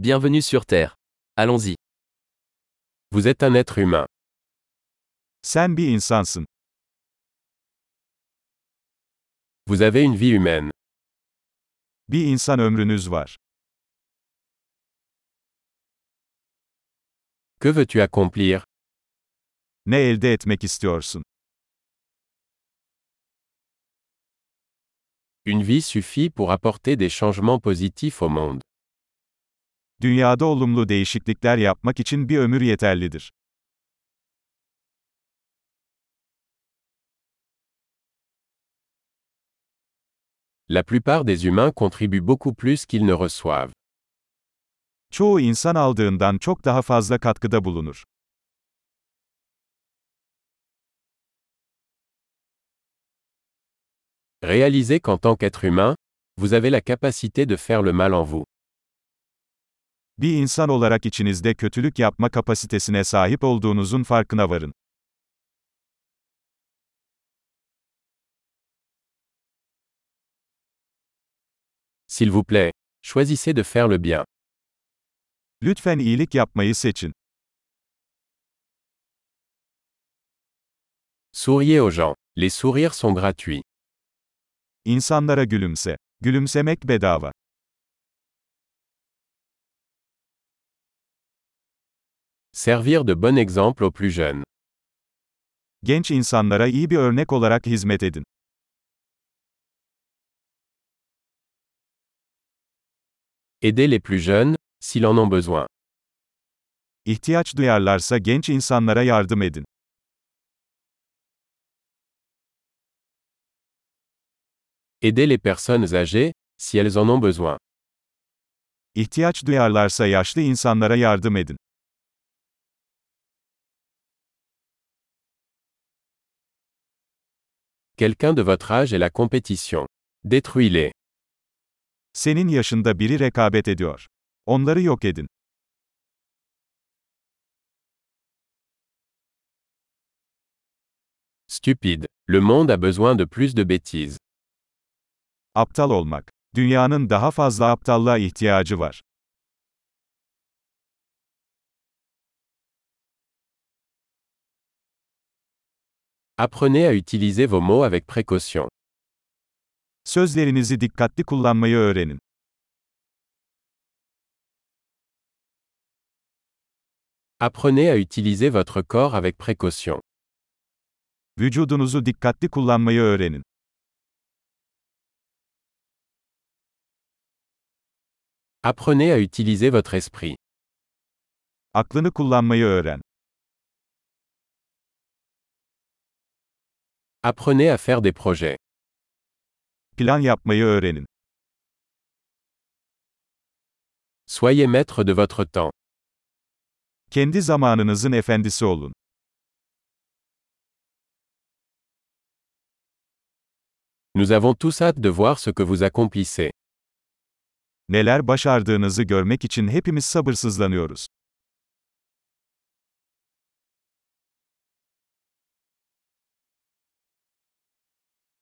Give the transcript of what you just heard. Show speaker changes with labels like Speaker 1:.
Speaker 1: Bienvenue sur Terre. Allons-y.
Speaker 2: Vous êtes un être humain.
Speaker 3: Sen bir insansın.
Speaker 2: Vous avez une vie humaine.
Speaker 3: Bir insan ömrünüz var.
Speaker 2: Que veux-tu accomplir
Speaker 3: Ne elde etmek istiyorsun?
Speaker 2: Une vie suffit pour apporter des changements positifs au monde.
Speaker 3: Dünyada olumlu değişiklikler yapmak için bir ömür yeterlidir.
Speaker 2: La plupart des humains contribuent beaucoup plus qu'ils ne reçoivent.
Speaker 3: Çoğu insan aldığından çok daha fazla katkıda bulunur.
Speaker 2: Réalisez qu'en tant qu'être humain, vous avez la capacité de faire le mal en vous.
Speaker 3: Bir insan olarak içinizde kötülük yapma kapasitesine sahip olduğunuzun farkına varın.
Speaker 2: S'il vous plaît, choisissez de faire le bien.
Speaker 3: Lütfen iyilik yapmayı seçin.
Speaker 2: Souriez aux gens. Les sourires sont gratuits.
Speaker 3: İnsanlara gülümse. Gülümsemek bedava.
Speaker 2: Servir de bon exemple aux plus jeunes.
Speaker 3: Genç insanlara iyi bir örnek olarak hizmet edin.
Speaker 2: Aidez les plus jeunes, s'ils en ont besoin.
Speaker 3: İhtiyaç duyarlarsa genç insanlara yardım edin.
Speaker 2: Aidez les personnes âgées, si elles en ont besoin.
Speaker 3: İhtiyaç duyarlarsa yaşlı insanlara yardım edin.
Speaker 2: Quelqu'un de votre âge est la compétition. Détruis-les.
Speaker 3: Senin yaşında biri rekabet ediyor. Onları yok edin.
Speaker 2: Stupide. Le monde a besoin de plus de bêtises.
Speaker 3: Aptal olmak. Dünyanın daha fazla aptallığa ihtiyacı var.
Speaker 2: Apprenez à utiliser vos mots avec précaution.
Speaker 3: Sözlerinizi dikkatli kullanmayı öğrenin.
Speaker 2: Apprenez à utiliser votre corps avec précaution.
Speaker 3: Vücudunuzu dikkatli kullanmayı öğrenin.
Speaker 2: Apprenez à utiliser votre esprit.
Speaker 3: Aklını kullanmayı öğren.
Speaker 2: Apprenez à faire des projets.
Speaker 3: Plan yapmayı öğrenin.
Speaker 2: Soyez maître de votre temps.
Speaker 3: Kendi zamanınızın efendisi olun.
Speaker 2: Nous avons tous hâte de voir ce que vous accomplissez.
Speaker 3: Neler başardığınızı görmek için hepimiz sabırsızlanıyoruz.